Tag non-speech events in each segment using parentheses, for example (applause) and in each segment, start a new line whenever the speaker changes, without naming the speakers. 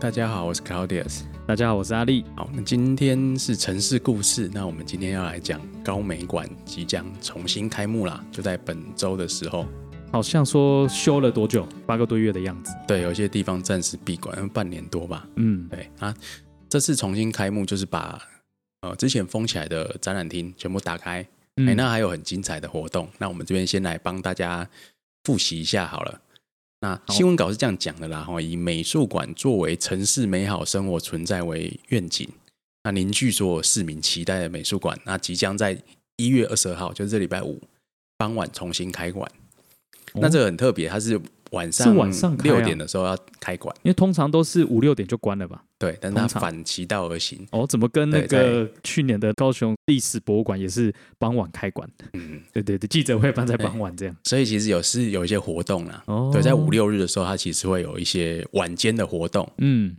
大家好，我是 Claudius。
大家好，我是阿力。
好，那今天是城市故事，那我们今天要来讲高美馆即将重新开幕啦，就在本周的时候。
好像说休了多久？八个多月的样子。
对，有一些地方暂时闭馆，半年多吧。
嗯，
对啊，这次重新开幕就是把呃之前封起来的展览厅全部打开，哎、
嗯
那还有很精彩的活动。那我们这边先来帮大家复习一下好了。那新闻稿是这样讲的啦，哈，以美术馆作为城市美好生活存在为愿景，那凝聚所有市民期待的美术馆，那即将在一月二十号，就是这礼拜五傍晚重新开馆。
哦
那这个很特别，它是晚上
晚上开啊
六点的时候要开馆，
因为通常都是五六点就关了吧？
对，但是它
通常
反其道而行，
哦，怎么跟
对
那个去年的高雄历史博物馆也是傍晚开馆？
嗯，
对对对，记者会办在傍晚这样。
所以其实有是有一些活动啦，
哦，
(laughs) 对，在五。六日的时候，它其实会有一些晚间的活动。
嗯，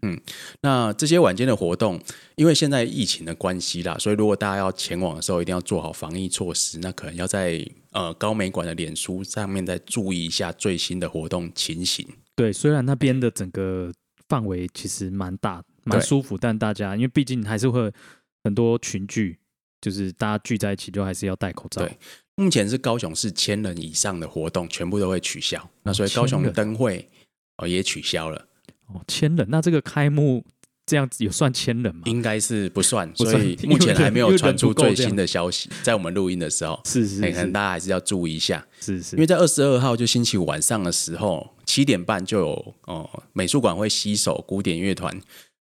那这些晚间的活动，因为现在疫情的关系啦，所以如果大家要前往的时候，一定要做好防疫措施。那可能要在呃高美馆的脸书上面再注意一下最新的活动情形。
对，虽然那边的整个范围其实蛮大，蛮
对
舒服，但大家因为毕竟还是会很多群聚，就是大家聚在一起就还是要戴口罩。
对目前是高雄市千人以上的活动全部都会取消，那所以高
千
雄
人
灯会哦也取消了，
哦，千人，那这个开幕这样子有算千人吗？
应该是不算，
不
所
算
以
因为
目前还没
人因
有
为
传
人
出
不够
最
这样
新的消息。在我们录音的时候，
是是
哎可能
是
大家还是要注意一下。
是是，
因为在二十二号就星期五晚上的时候，七点半就有呃美术馆会携手古典乐团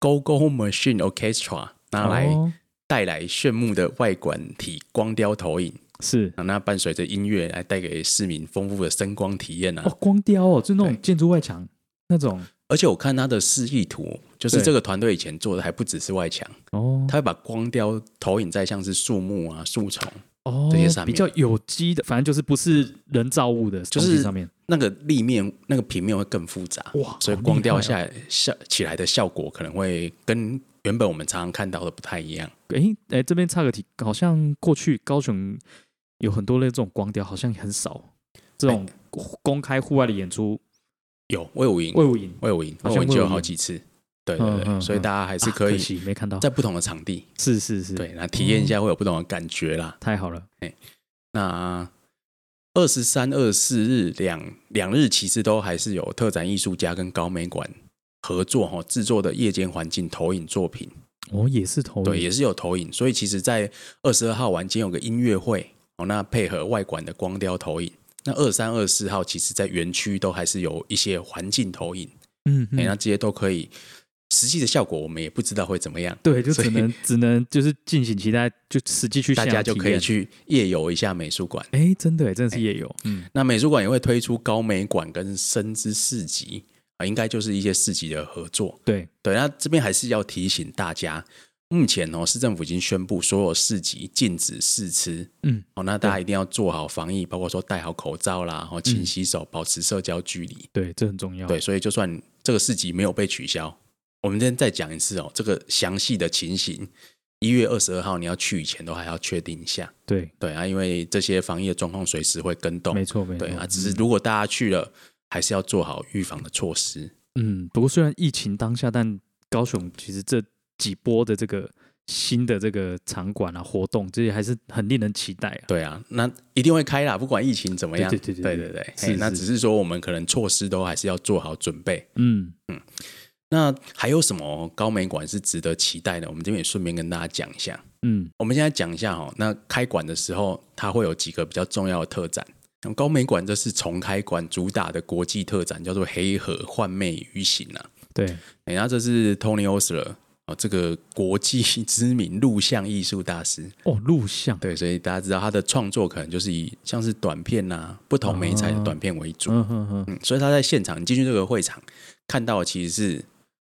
Go Go Machine Orchestra 拿来
哦
带来炫目的外观体光雕投影，
是
啊那伴随着音乐来带给市民丰富的声光体验啊。
哦，光雕哦，就那
对
种建筑外墙那种
而且我看它的示意图，就是
对
这个团队以前做的还不只是外墙，
哦，
它会把光雕投影在像是树木啊、树丛
哦
这些上面
比较有机的，反正就是不是人造物的
就
东西
是
上面
那个立面、那个平面会更复杂。
哇，
所以
好
光
厉
雕
害
下
哦，
来效起来的效果可能会跟原本我们常常看到的不太一样。
诶诶，这边插个题，好像过去高雄有很多的这种光雕，好像很少这种公开户外的演出，
有魏武营，
魏武营
魏武营，
好
魏
像
武营就有
魏武营
好几次。对对
嗯
对，
嗯
所以大家还是
啊
可以
惜没看到，
在不同的场地，
是是是，
对，来体验一下会有不同的感觉啦。
太好了，
那二十三、二十四日两两日其实都还是有特展艺术家跟高美馆合作哈、哦、制作的夜间环境投影作品，
哦，也是投
对，
影
也是有投影。所以其实，在二十二号晚间有个音乐会哦，那配合外馆的光雕投影。那二三、二四号，其实在园区都还是有一些环境投影，
嗯
哎、
嗯
那这些都可以。实际的效果我们也不知道会怎么样，
对，就
所
只
以
能 (laughs) 只能就是敬请期待，就实际去
大
现
家
场
就
体
可以
验。
去夜游一下美术馆。
哎，真的耶，真的是夜游，嗯，
那美术馆也会推出高美馆跟深之市集啊，应该就是一些市集的合作。
对，
对，那这边还是要提醒大家，目前哦，市政府已经宣布所有市集禁止试吃，
嗯，
哦，那大家一定要做好防疫，包括说戴好口罩啦，然后勤
嗯
洗手，保持社交距离。
对，这很重要。
对，所以就算这个市集没有被取消，我们今天再讲一次哦，这个详细的情形，一月二十二号你要去以前都还要确定一下。
对，
对啊，因为这些防疫的状况随时会跟动，
没错没错。嗯
对啊，只是如果大家去了，还是要做好预防的措施。
嗯，不过虽然疫情当下，但高雄其实这几波的这个新的这个场馆啊活动，这些还是很令人期待啊。
对啊，那一定会开啦，不管疫情怎么样。
对对对
对
对
对
对
对
是
嘿那
是
只是说我们可能措施都还是要做好准备。
嗯，
那还有什么高美馆是值得期待的？我们这边也顺便跟大家讲一下。
嗯，
我们现在讲一下哦，那开馆的时候，它会有几个比较重要的特展。那么高美馆这是重开馆主打的国际特展，叫做“黑河幻魅鱼行”啊。
对，
哎，那这是 Tony Osler 哦，这个国际 (laughs) 知名录像艺术大师。
哦，录像，
对，所以大家知道他的创作可能就是以像是短片呐、不同媒材的短片为主。
嗯哼哼，
嗯，所以他在现场你进去这个会场看到的其实是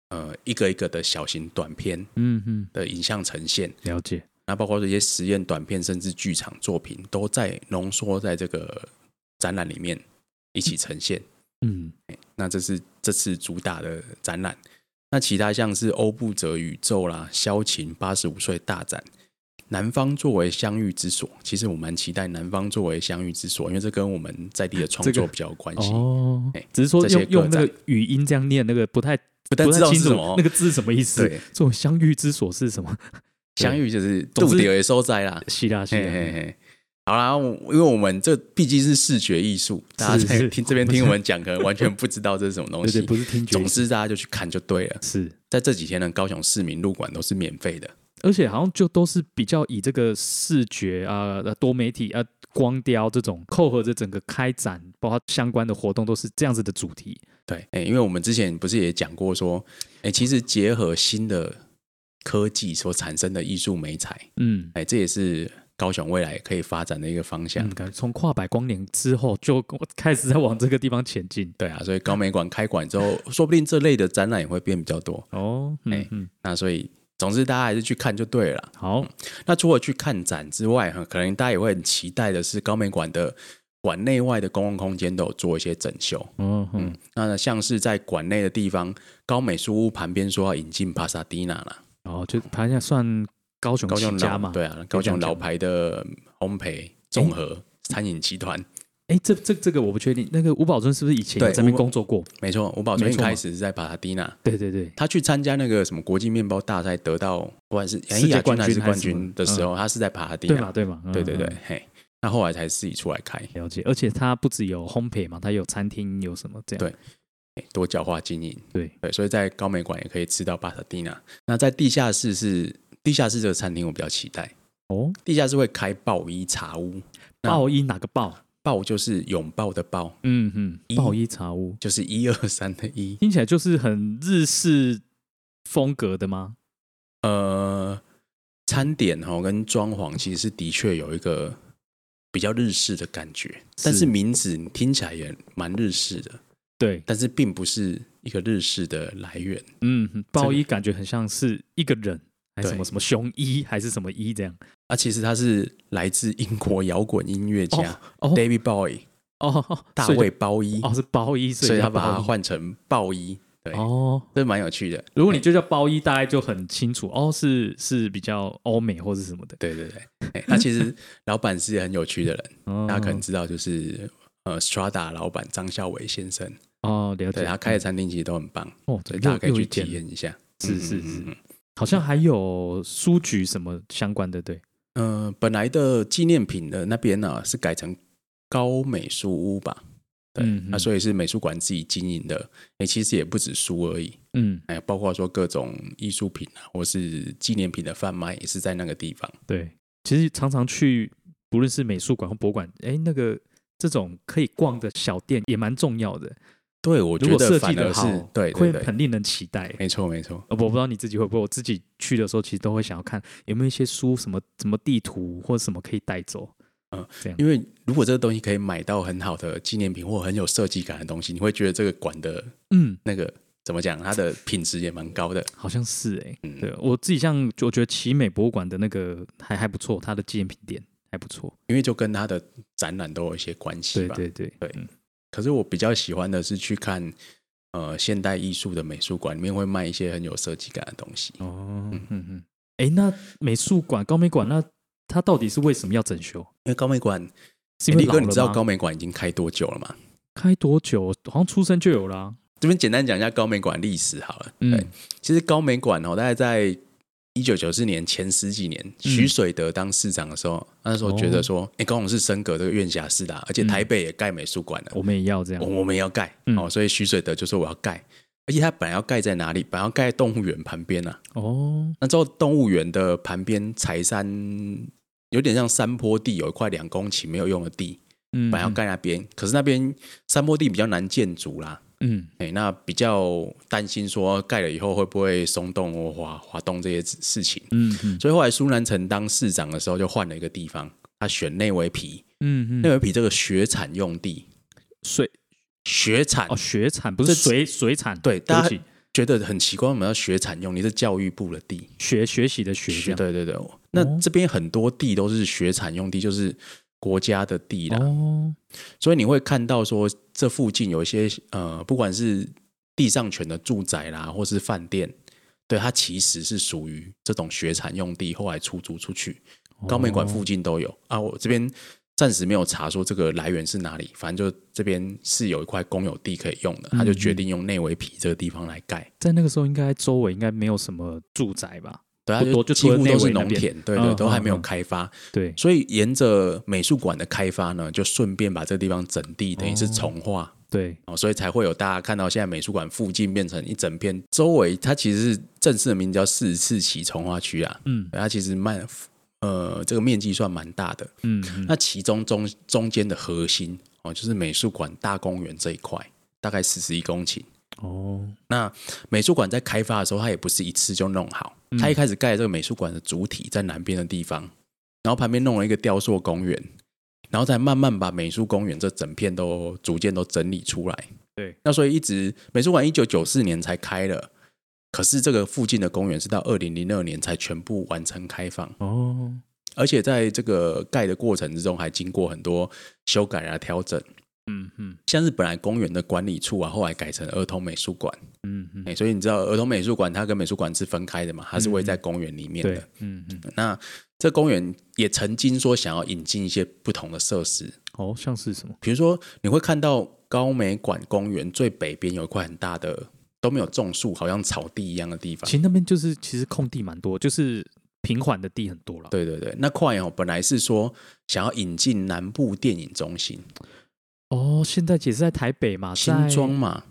呃一个一个的小型短片
嗯哼，
的影像呈现，
了解，
那包括这些实验短片甚至剧场作品都在浓缩在这个展览里面一起呈现。
嗯，
那这是这次主打的展览。那其他像是欧布泽宇宙啦、萧琴八十五岁大展、南方作为相遇之所，其实我蛮期待南方作为相遇之所，因为这跟我们在地的创
这
作
个
比较有关系。
哦
哎，
只是说
这些
用用
个
那个语音这样念，那个不太
不但
不
知
太
道
清
是什
楚
么
那，个字是什么意思，
对，
这种相遇之所是什么？ (laughs)
相遇就是
总
度
之
点的收摘啦。
希腊希
嘿
腊，
嘿嘿，好啦，我因为我们这毕竟是视觉艺术，大家
是
在
是
听这边听我们讲，可能完全不知道这是什么东
(laughs) 对
西。
对，不是听觉
总之，大家就去看就对了。
是，
在这几天呢，高雄市民路馆都是免费的。
而且好像就都是比较以这个视觉啊、呃多媒体啊、光雕这种扣合着整个开展，包括相关的活动都是这样子的主题。
对，哎、因为我们之前不是也讲过说，哎、其实结合新的科技所产生的艺术美材，
嗯，
哎、这也是高雄未来可以发展的一个方向。
嗯，感觉从跨百光年之后就开始在往这个地方前进。
对啊，所以高美馆开馆之后，说不定这类的展览也会变比较多。
哦，嗯
哎
嗯，
那所以，总之大家还是去看就对了啦。
好，
那除了去看展之外，哈，可能大家也会很期待的是，高美馆的馆内外的公共空间都有做一些整修。
哦，嗯，
那像是在馆内的地方，高美术屋旁边说要引进帕萨蒂娜啦，
哦，就他现在算高雄
高雄
起家
老
嘛？
对啊，高雄老牌的烘焙综合餐饮集团，
哎，这这这个我不确定，那个吴宝尊是不是以前
对
有在那边
吴
工作过？
没错，吴宝春
没
一
错嘛
开始是在帕萨蒂娜，
对对对，
他去参加那个什么国际面包大赛，得到不管是哎
世界
亚军
冠
还是
军还
冠
是什么嗯
军的时候，他是在帕萨蒂
对
娜
嘛，对嘛，嗯
对对对
嗯，
嘿，那后来才自己出来开，
了解。而且他不只有烘焙嘛，他有餐厅，有什么这样？
对嘿多角化经营。
对，
对，所以在高美馆也可以吃到巴塔蒂娜。那在地下室是地下室这个餐厅，我比较期待。
哦，
地下室会开爆衣茶屋，那
爆衣哪个爆？
爆就是拥抱的抱，
嗯嗯，爆衣茶屋
就是一二三的一。
听起来就是很日式风格的吗？
呃，餐点哈、哦、跟装潢其实是的确有一个比较日式的感觉，但是名字你听起来也蛮日式的，
对，
但是并不是一个日式的来源。
嗯，哼，爆衣感觉很像是一个人，还是
对
什么什么熊一，还是什么一这样。
啊，其实它是来自英国摇滚音乐家、
哦
David Bowie
哦哦，
大
所以就
卫包衣
哦是包衣，
所以
叫
他把它
包衣
换成暴衣，对，
哦。
这蛮有趣的。
如果你就叫包衣，大概就很清楚哦，是是比较欧美或是什么的。
对对对，哎那其
(laughs)
实老板是很有趣的人，
哦
大家可能知道，就是呃，Strada 老板张孝伟先生，
哦了解，
对他开的餐厅其实都很棒，
哦，
所
对，
以大家
又
可以
又
去
一间
体验一下。
是是
嗯嗯嗯
是，好像还有书局什么相关的，对，
嗯，呃，本来的纪念品的那边呢、是改成高美术屋吧？对，
嗯
那
嗯
所以是美术馆自己经营的，哎，其实也不止书而已，
嗯，
哎，包括说各种艺术品啊，或是纪念品的贩卖，也是在那个地方。
对，其实常常去，不论是美术馆或博物馆，哎，那个这种可以逛的小店也蛮重要的。
对，我
如
觉
果设
得
计
反而
的
是
好，
对对
会
对，
很令人期待。
没错没错，
呃，我不知道你自己会不会，我自己去的时候其实都会想要看有没有一些书、什么什么地图或者什么可以带走。
因为如果这个东西可以买到很好的纪念品或很有设计感的东西，你会觉得这个馆的
嗯，
那个怎么讲，它的品质也蛮高的。
好像是哎、
嗯
对我自己像我觉得奇美博物馆的那个还还不错，它的纪念品店还不错。
因为就跟它的展览都有一些关系
对
吧。
对对
对
嗯
可是我比较喜欢的是去看呃现代艺术的美术馆，里面会卖一些很有设计感的东西。
哦，嗯嗯，哎、那美术馆、高美馆，那它到底是为什么要整修？
因为高美馆，
是因为
诶力
老了
哥，
吗？
你知道高美馆已经开多久了吗？
开多久？好像出生就有啦。
这边简单讲一下高美馆历史好了。对
嗯，
其实高美馆哦，大概在一九九四年前十几年，
嗯
徐水德当市长的时候，那时候觉得
哦
说，哎、高雄市升格这个院辖市的啊、而且台北也盖美术馆了，
我们也要这样
我。我们也要盖、
哦嗯
哦，所以徐水德就说我要盖，而且他本来要盖在哪里？本来要盖在动物园旁边啊，
哦，
那之后动物园的旁边柴山。有点像山坡地，有一块两公顷没有用的地，
嗯，
本来要盖那边，可是那边山坡地比较难建筑啦，
嗯，
哎、那比较担心说盖了以后会不会松动或滑滑动这些事情，
嗯嗯
所以后来苏南城当市长的时候就换了一个地方，他选内围皮，
嗯
内
嗯，
围皮这个雪产用地，
水
雪产、
哦，雪产不是
这
水水产，
对
对
大家
不起，
觉得很奇怪，我们要雪产用地，是教育部的地，
学学习的学这样。哦
对对对，那这边很多地都是雪产用地，就是国家的地啦，
哦，
所以你会看到说，这附近有一些呃，不管是地上权的住宅啦，或是饭店，对它其实是属
哦
于这种学产用地，后来出租出去。高美馆附近都有、啊。我这边暂时没有查说这个来源是哪里，反正就这边是有一块公有地可以用的，
嗯
他就决定用内围皮这个地方来盖。
在那个时候应该周围应该没有什么住宅吧？
对，
不
它
多
就
就
几
除了
乎
内
都是
围那
农
边
田，对
嗯
对，都还没有
嗯嗯
开发。
对，
所以沿着美术馆的开发呢，就顺便把这地方整地，等于是重化。
对，
哦，所以才会有大家看到现在美术馆附近变成一整片，周围它其实是正式的名字叫四十四期从化区啊，
嗯
它其实蛮呃这个面积算蛮大的。
嗯，嗯
那其中中中间的核心哦，就是美术馆大公园这一块，大概四十一公顷。
哦，
那美术馆在开发的时候，它也不是一次就弄好，它一开始盖的这个美术馆的主体在南边的地方，然后旁边弄了一个雕塑公园，然后再慢慢把美术公园这整片都逐渐都整理出来。
对，
那所以一直美术馆一九九四年才开了，可是这个附近的公园是到二零零二年才全部完成开放，
哦，
而且在这个盖的过程之中还经过很多修改啊调整，
嗯嗯
像是本来公园的管理处啊，后来改成儿童美术馆。
嗯嗯，
哎、所以你知道儿童美术馆它跟美术馆是分开的嘛？它是位在公园里面的。
嗯对，嗯嗯，
那这公园也曾经说想要引进一些不同的设施，
哦，像是什么？
比如说你会看到高美馆公园最北边有一块很大的都没有种树，好像草地一样的地方
其。实那边就是其实空地蛮多，就是平缓的地很多了。
对对对，那块哦，本来是说想要引进南部电影中心，
哦，现在也是在台北嘛，
新
在
庄嘛，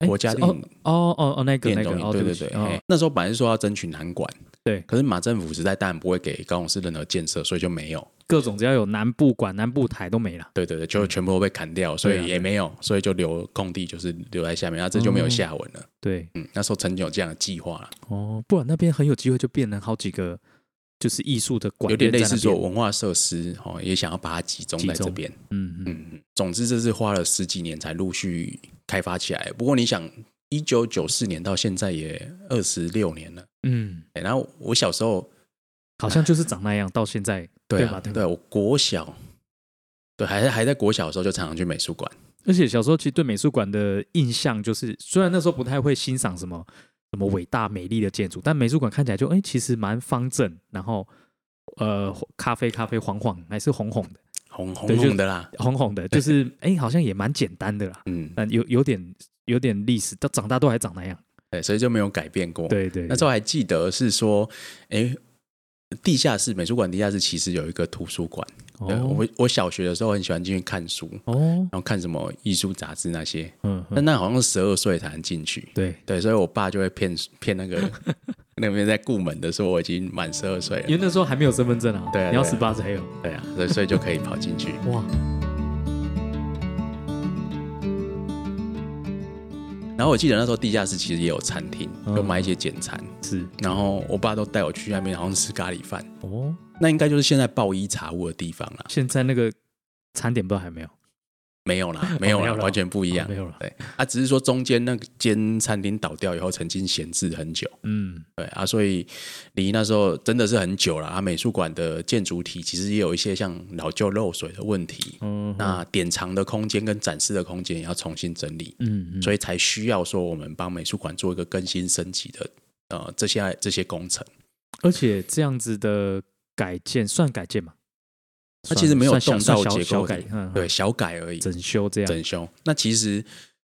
哎
国家
是
电
哦
影
哦哦哦那个
电
那
影
个
中心，
哦
对
不
对
起
对、
哦
嘿那时候本来是说要争取南馆，
对，
可是马政府时代当然不会给高雄市任何建设，所以就没有。
各种只要有南部馆、南部台都没了。
对对对，就全部都被砍掉，所
嗯对啊
以也没有，所以就留空地，就是留在下面，那这就没有下文了。
对，
嗯，那时候曾经有这样的计划啦，
哦，不然那边很有机会就变成好几个就是艺术的馆，
有点类似说，文化设施哦，也想要把它集中在这边。
嗯嗯，
嗯，嗯总之这是花了十几年才陆续开发起来。不过你想，一九九四年到现在也二十六年了、
嗯，
哎然后我小时候，
好像就是长那样，到现在
对
吧？
啊，
对吧
对啊我国小，对，还还在国小的时候就常常去美术馆。
而且小时候其实对美术馆的印象就是，虽然那时候不太会欣赏什么什么伟大美丽的建筑，但美术馆看起来就哎、其实蛮方正，然后呃咖啡咖啡黄黄还是红红的， (laughs)
红红
对就
红的啦，
红红的，就是哎、好像也蛮简单的啦，
嗯，
但有有点有点历史，到长大都还长那样。
对，所以就没有改变过。
对对，
那时候还记得是说，哎，地下室美术馆地下室其实有一个图书馆。
候
对
哦
呃我我小学的时候很喜欢进去看书，然
哦
后看什么艺术杂志那些。
嗯
但
嗯
那好像十二岁才能进去，
对，
对，所以我爸就会骗骗那
(laughs)
个那边在顾门的说我已经满十二岁
因
了，
为那时候还没有身份证啊，
对啊
你要
对啊
十八才有。
对啊，所以所以就可以跑进去。
哇，
然后我记得那时候地下室其实也有餐厅，
嗯
就买一些简餐，
是
然后我爸都带我去那边，好像吃咖喱饭，
哦，
那应该就是现在报一茶屋的地方啦。
现在那个餐点不知道还有没有，
没有
(laughs)
啦，没有
哦没
啦，
有了
完全不一样
哦没。有了。
对啊，只是说中间那间餐厅倒掉以后，曾经闲置很久，
嗯，
对啊，所以离那时候真的是很久了啊。美术馆的建筑体其实也有一些像老旧漏水的问题，
嗯
那典藏的空间跟展示的空间也要重新整理，
嗯嗯，
所以才需要说我们帮美术馆做一个更新升级的呃这些这些工程。
而且这样子的改建算改建嘛？
它其实没有
算
动到
算小
结
小
构的
改，嗯，
对，
嗯，
小改而已，
整修这样。
整修。那其实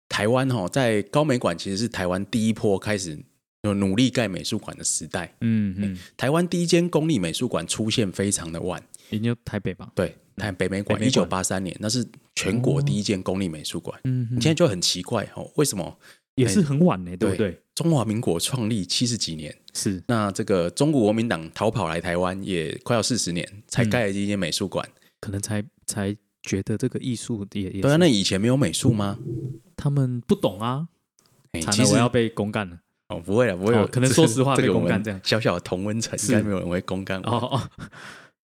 台湾哈、在高美馆其实是台湾第一波开始有努力盖美术馆的时代。
嗯嗯，
台湾第一间公立美术馆出现非常的晚，
也就台北吧。
对，台北美
北
馆
美
一九
馆
八三年，那是全国第一间公立美术馆。
嗯，
你现在就很奇怪哦，为什么
也是很晚呢，对不对？
中华民国创立七十几年，
是，
那这个中国国民党逃跑来台湾也快要四十年，才
嗯
盖了一间美术馆？
可能才才觉得这个艺术也也
对啊，
是
那以前没有美术吗？
他们不懂啊，
哎
惨
其
了，
实
我要被公干了。
哦，不会了，不会有、
哦可能
这
说实话
这个
被
我
公
们
干这样
小小的同温层应
是
该没有人会公干我。
哦哦，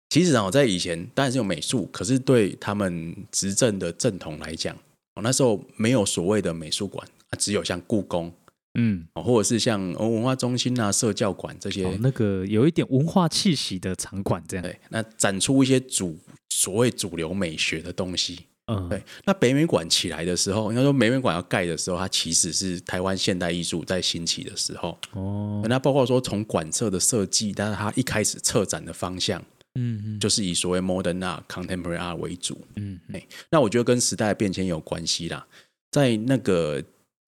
其实啊，我在以前当然是有美术，可是对他们执政的正统来讲，哦、那时候没有所谓的美术馆、啊，只有像故宫、
(laughs) 嗯，
哦、或者是像、哦文化中心啊、社教馆这些，
哦，那个有一点文化气息的场馆这样。
对，那展出一些主所谓主流美学的东西。
嗯，
对，那北美馆起来的时候，应该说北美馆要盖的时候，它其实是台湾现代艺术在兴起的时候。
哦，
那包括说从馆舍的设计，但是它一开始策展的方向，
嗯嗯，
就是以所谓 modern art、contemporary art 为主。
嗯嗯
哎那我觉得跟时代的变迁有关系啦。在那个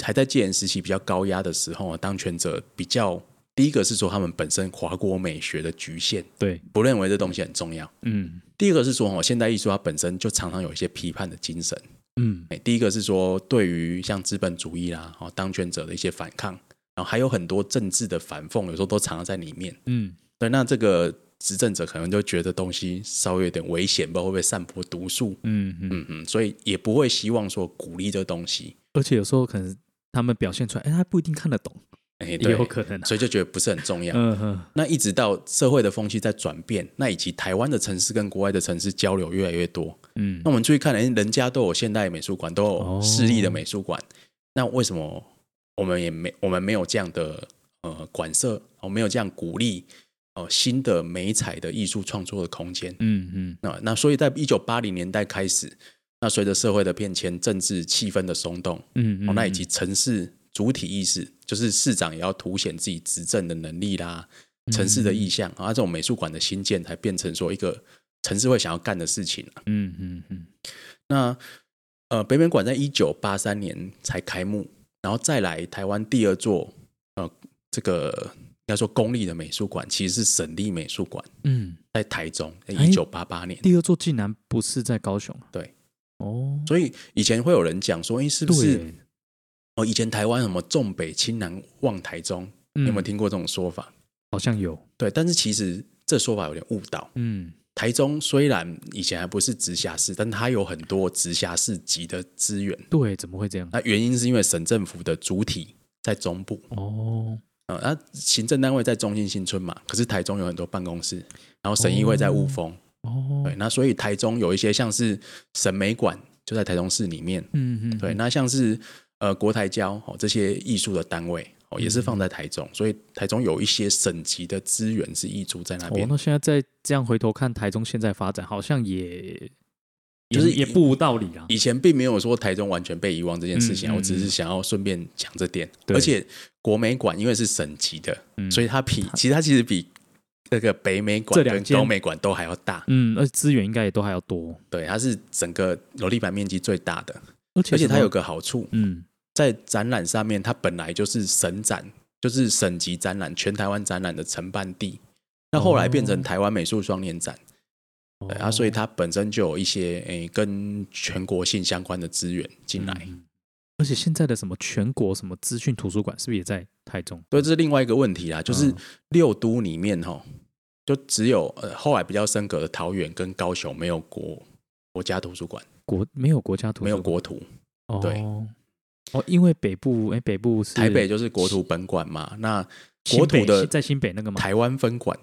还在戒严时期比较高压的时候，啊当权者比较第一个是说他们本身华国美学的局限，
对，
不认为这东西很重要；
嗯
第二个是说哦，现代艺术它本身就常常有一些批判的精神。
嗯
哎，第一个是说对于像资本主义啦、哦当权者的一些反抗，然后还有很多政治的反讽，有时候都藏在里面。
嗯
对，那这个执政者可能就觉得东西稍微有点危险，不知道会不会散播毒素。
嗯嗯，
嗯嗯，所以也不会希望说鼓励这东西，
而且有时候可能他们表现出来，哎，他不一定看得懂，
哎、
也
对
有，可能啊。
所以就觉得不是很重要。
嗯嗯
那一直到社会的风气在转变，那以及台湾的城市跟国外的城市交流越来越多，
嗯
那我们注意看，哎人家都有现代美术馆，都
哦
有市立的美术馆，那为什么我们也没我们没有这样的呃馆舍，我没有这样鼓励呃新的美彩的艺术创作的空间？
嗯嗯
那那所以在一九八零年代开始，那随着社会的变迁、政治气氛的松动，
嗯，
哦，
嗯
那以及城市主体意识，就是市长也要凸显自己执政的能力啦，城市
嗯
的意向啊，这种美术馆的新建才变成说一个城市会想要干的事情、啊、
嗯嗯嗯
那呃，北美馆在一九八三年才开幕，然后再来台湾第二座呃，这个应该说公立的美术馆其实是省立美术馆，
嗯，
在台中，
哎
一九八八年。
第二座竟然不是在高雄啊，
对
哦，
所以以前会有人讲说，哎、是不
对
是哦？以前台湾什么重北轻南望台中，
嗯
你有没有听过这种说法？
好像有，
对，但是其实这说法有点误导。
嗯
台中虽然以前还不是直辖市，但它有很多直辖市级的资源。
对，怎么会这样？
那原因是因为省政府的主体在中部，
哦，
呃，那行政单位在中心新村嘛，可是台中有很多办公室，然后省议会在雾峰，
哦，
对，那所以台中有一些像是省美馆就在台中市里面，
嗯嗯，
对，那像是呃国台交哦这些艺术的单位哦也是放
嗯
在台中，所以台中有一些省级的资源是溢出在那
哦
边，，
那现在再这样回头看台中现在发展，好像也
就是
也也
以
不无道理啦。啊
以前并没有说台中完全被遗忘这件事情啊，
嗯嗯
我只是想要顺便讲这点。
对
而且国美馆因为是省级的，
嗯
所以它比其实它其实比这个北美
这
馆
两
跟
间
高美馆都还要大。
嗯，而且资源应该也都还要多，
对，它是整个楼地板面积最大的，
而且
而且它有
个
个好处，
哦嗯
在展览上面，它本来就是省展，就是省级展览、全台湾展览的承办地。那后来变
哦
成台湾美术双年展，对啊，所以它本身就有一些诶、跟全国性相关的资源进来。
嗯而且现在的什么全国什么资讯图书馆是不是也在台中？
对，这是另外一个问题啦，就是
嗯
六都里面哈、就只有呃后来比较升格的桃园跟高雄没有国国家图书馆，
国没有国家图书
没有
馆
国图，
哦
对
哦，因为北部哎，北部是
台北就是国图本馆嘛，那
新
国土
北
的
在新北那个吗？
台湾分馆。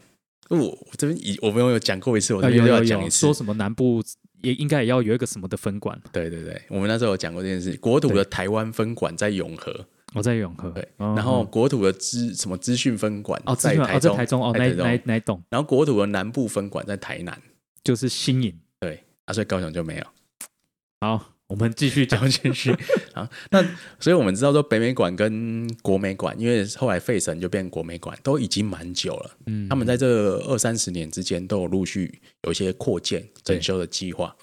我我这边以我们有讲过一次，我这
啊
边
有
又要
有
讲一
有
次
说。什么南部也应该也要有一个什么的分馆，
对对对，我们那时候有讲过这件事。国土的台湾分馆在永和，
我在永和
对，
哦
然后国土的资什么资讯分馆
哦，资
在
讯馆
台
哦在
中，
台中哦，
在
那一
台中
那一那一栋
然后国土的南部分馆在台南，
就是新颖。
对啊，所以高雄就没有。
好，我们继续讲进去。
所以我们知道说北美馆跟国美馆，因为后来费神就变国美馆，都已经蛮久了。(laughs)
嗯
他们在这二三十年之间都有陆续有一些扩建、
对
整修的计划。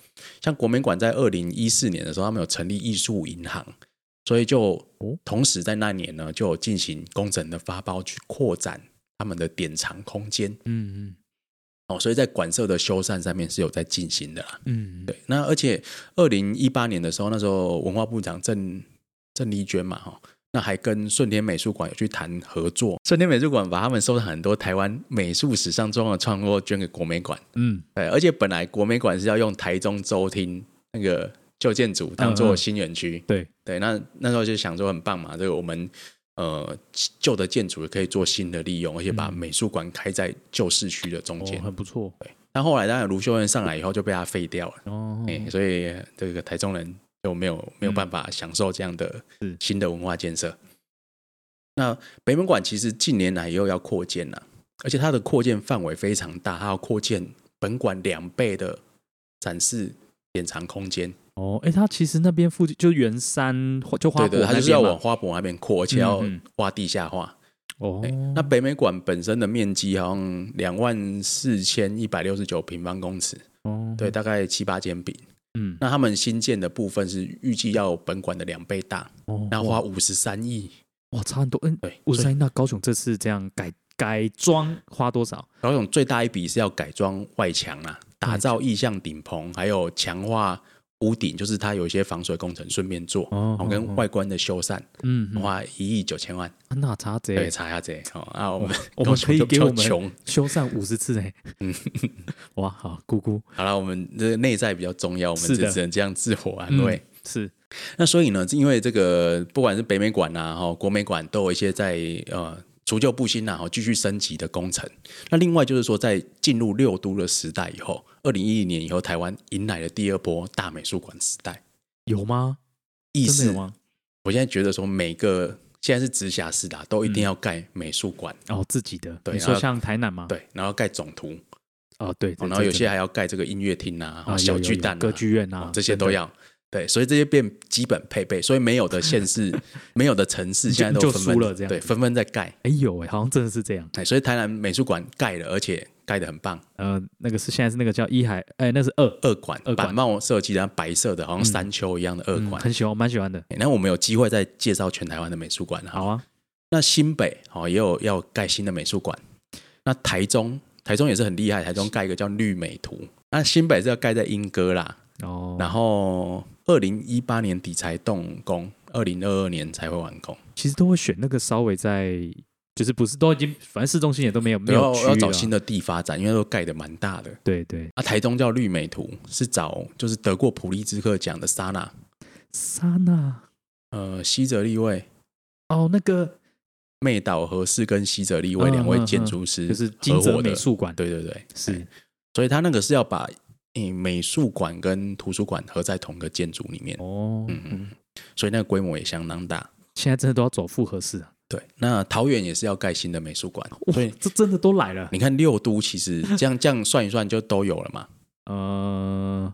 像国美馆在二零一四年的时候，他们有成立艺术银行，所以就
哦
同时在那年呢，就有进行工程的发包，去扩展他们的典藏空间
嗯
哦。所以在馆舍的修缮上面是有在进行的啦。
嗯嗯，
对，那而且二零一八年的时候，那时候文化部长郑郑丽娟嘛，哈，那还跟顺天美术馆有去谈合作。顺天美术馆把他们收藏很多台湾美术史上重要的创作捐给国美馆，
嗯
对，而且本来国美馆是要用台中州厅那个旧建筑当
嗯
做
嗯
新园区，
对，
对，那那时候就想说很棒嘛，这个我们。呃，旧的建筑也可以做新的利用，而且把
嗯
美术馆开在旧市区的中
哦
间。
很不错
但后来当然卢秀燕上来以后就被它废掉了。
哦
哎、所以这个台中人就没有没有办法享受这样的
嗯是
新的文化建设。那北门馆其实近年来又要扩建了、而且它的扩建范围非常大，它要扩建本馆两倍的展示典藏空间。
哦，哎，他其实那边附近就圆山就花
对
博
对，它
那
就是要
边嘛
往花博那边扩，而且要
嗯嗯
挖地下化。
哦
哎，那北美馆本身的面积好像两万四千一百六十九平方公尺，
哦，
对，，大概七八间饼。
嗯，
那他们新建的部分是预计要本馆的两倍大，
哦
那花五十三亿。
哇差很多，嗯，
对，
五十
所以
三那高雄这次这样改改装花多少？
高雄最大一笔是要改装外墙啦，
嗯
打造意向顶棚，还有强化屋顶，就是它有一些防水工程顺便做，
哦
然后跟外观的修缮，
嗯，嗯
花一亿九千万。
啊那差这
对，查一下这哦啊，我们
我
高 (laughs)
们
雄
可以
就比
给
较
我们
穷。
修缮五十次哎，
嗯
哇，好，姑姑
好了，我们这个内在比较重要，我们
是
只
的
只能这样自啊我安慰。
嗯是
那所以呢，因为这个不管是北美馆啊，哈，国美馆都有一些在呃除旧布新啊，哈，继续升级的工程。那另外就是说，在进入六都的时代以后，二零一零年以后，台湾迎来了第二波大美术馆时代。
有吗？
意
真的
思
有，吗？
我现在觉得说，每个现在是直辖市的啊、都一定
嗯
要盖美术馆，
哦，自己的，
对
你说
啊
像台南吗？，
对，然后盖总图，
哦，对，
哦
对
然后有些
对
还要盖这个音乐厅啊，
对
哦
啊
小
有有
巨
有
蛋、啊、
歌剧院啊
哦，这些
等
都
等
要。对，所以这些变基本配备，所以没有的县
(laughs)
市、没有的城市，现在都
就
纷纷
输了这样
对，
子
纷纷在盖。
哎有哎，好像真的是这样。
哎，所以台南美术馆盖了，而且盖得很棒。
呃，那个是现在是那个叫一海，哎，那是二，
二馆
二馆
板帽设计，然后白色的，好像山丘一样的二
嗯
馆。
很喜欢，我蛮喜欢的。
哎那我们有机会再介绍全台湾的美术馆哈。
好啊，
那新北哦也有要盖新的美术馆，那台中台中也是很厉害，台中盖一个叫绿美图。那新北是要盖在莺歌啦，
哦，
然后二零一八年底才动工，二零二二年才会完工。
其实都会选那个稍微在，就是不是都已经，反正市中心也都没有没
然
有
后
区啊
要找新
的，
的地发展，因为都盖得蛮大的。
对对。
啊，台中叫绿美图，是找就是得过普利兹克奖的莎娜，
莎娜，
呃，西泽立卫、
哦，那个
妹岛和世跟西泽立卫
嗯
两位
嗯
建
嗯
筑师
就是
合
金泽
伙的
美，术馆，
对对对，哎
是
所以他那个是要把诶美术馆跟图书馆合在同个建筑里面，
哦，
嗯
嗯，
所以那个规模也相当大。
现在真的都要走复合式啊，
对，那桃园也是要盖新的美术馆，
哇
所以
这真的都来了，
你看六都其实这样这样算一算就都有了嘛。
呃，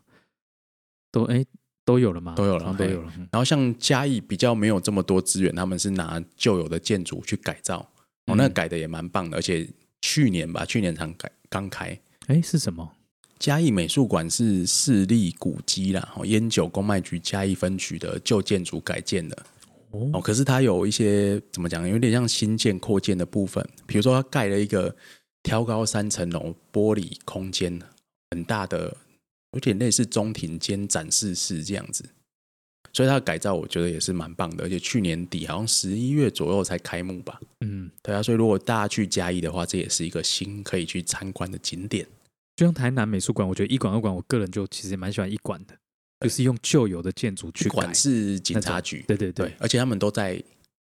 都哎都有了吗？
都有了
好像都有了，嗯
然后像嘉义比较没有这么多资源，他们是拿旧有的建筑去改造，哦，
嗯
那改的也蛮棒的，而且去年吧，去年才改刚开。
哎是什么？
嘉义美术馆是市立古迹啦，哦，烟酒公卖局嘉义分局的旧建筑改建的哦，
哦，
可是它有一些怎么讲，有点像新建扩建的部分，比如说它盖了一个挑高三层楼玻璃空间，很大的，有点类似中庭间展示室这样子，所以它的改造我觉得也是蛮棒的，而且去年底好像十一月左右才开幕吧，
嗯，
对啊，所以如果大家去嘉义的话，这也是一个新可以去参观的景点。
就像台南美术馆，我觉得一馆二馆，我个人就其实也蛮喜欢一馆的，就是用旧有的建筑去
去
改
管，是警察局，
对对
对
对，
而且他们都在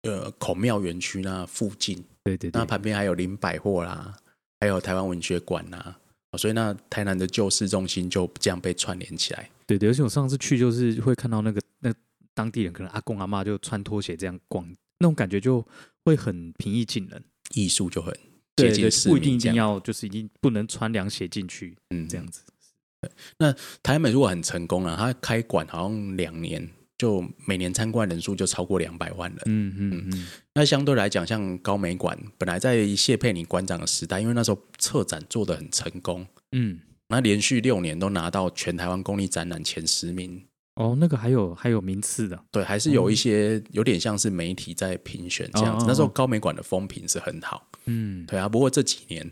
呃孔庙园区那附近，
对对
那
对，
旁边还有林百货啦，还有台湾文学馆啦，哦所以那台南的旧市中心就这样被串联起来。
对对，而且我上次去就是会看到那个那当地人，可能阿公阿妈就穿拖鞋这样逛，那种感觉就会很平易近人。
艺术就很接
对
近，
对
市
不一定
民
一
这
定
样，
要就是一定不能穿凉鞋进去
嗯
这样子。
台湾美术馆很成功啊，它开馆好像两年，就每年参观人数就超过两百万人。
嗯嗯嗯，
那相对来讲，像高美馆本来在谢佩妮馆长的时代，因为那时候策展做得很成功，
嗯，
那连续六年都拿到全台湾公立展览前十名，
哦，那个还有还有名次的，
对，还是有一些有点像是媒体在评选这样子。
哦哦哦
那时候高美馆的风评是很好，
嗯，
对啊。不过这几年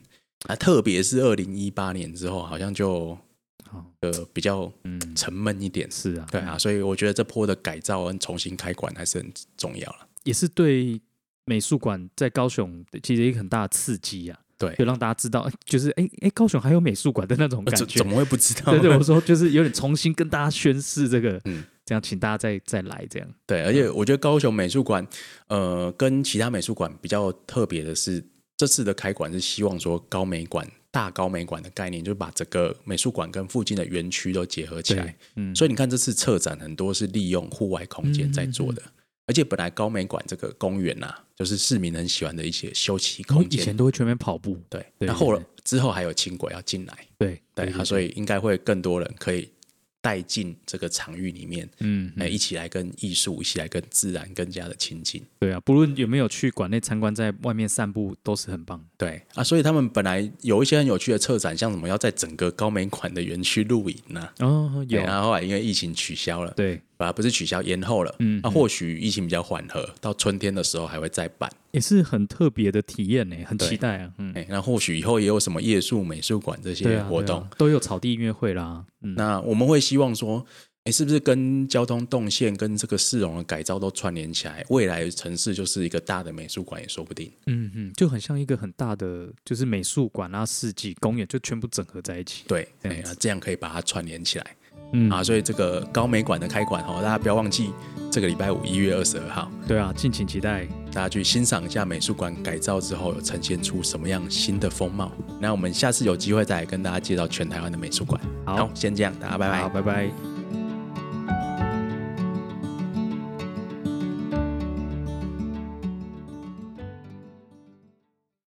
啊，特别是二零一八年之后，好像就
好，
呃比较
嗯，
沉闷一点。
是啊，
对啊，所以我觉得这波的改造跟重新开馆还是很重要了。
也是对美术馆在高雄其实一个很大的刺激啊，
对
就让大家知道，哎就是哎哎，高雄还有美术馆的那种
呃
感
怎
觉
怎。么会不知道
(laughs) 对
呢？
对，
(laughs)
我说就是有点重新跟大家宣示这个，
嗯
嗯，这样请大家再再来这样，
对，而且我觉得高雄美术馆，呃，跟其他美术馆比较特别的是，这次的开馆是希望说高美馆、大高美馆的概念，就是把整个美术馆跟附近的园区都结合起来
对。，嗯，
所以你看，这次策展很多是利用户外空间在做的，
嗯
而且本来高美馆这个公园呐、就是市民很喜欢的一些休憩
我
空
哦以前
间。
都会全面跑步，
对，
对
然后
对
之后还有轻轨要进来，
对
对啊，所以应该会更多人可以带进这个场域里面，
嗯，
哎、
哎、
一起来跟艺术，一起来跟自然更加的亲近。
对啊，不论有没有去馆内参观，在外面散步都是很棒。
对啊，所以他们本来有一些很有趣的策展，像什么要在整个高美馆的园区露营呐、啊，
哦，有
对然后后来因为疫情取消了，
对，
啊，不是取消延后了，
嗯
那、或许疫情比较缓和，到春天的时候还会再办。
也是很特别的体验呢，很
对
期待啊。嗯，
哎、那或许以后也有什么夜宿美术馆这
对
些
啊，
活
对啊
动，
都有草地音乐会啦。嗯，
那我们会希望说，哎，是不是跟交通动线跟这个市容的改造都串联起来？未来城市就是一个大的美术馆也说不定。
嗯嗯，就很像一个很大的，就是美术馆啊、市集、公园，就全部整合在一起。
对，
这
哎
样子
那这样可以把它串联起来、
啊嗯
啊。所以这个高美馆的开馆哦，大家不要忘记，这个礼拜五一月二十二号，
对啊，敬请期待。
大家去欣赏一下美术馆改造之后有呈现出什么样新的风貌。那我们下次有机会再来跟大家介绍全台湾的美术馆。
好
先这样，大家拜拜
好，。拜拜。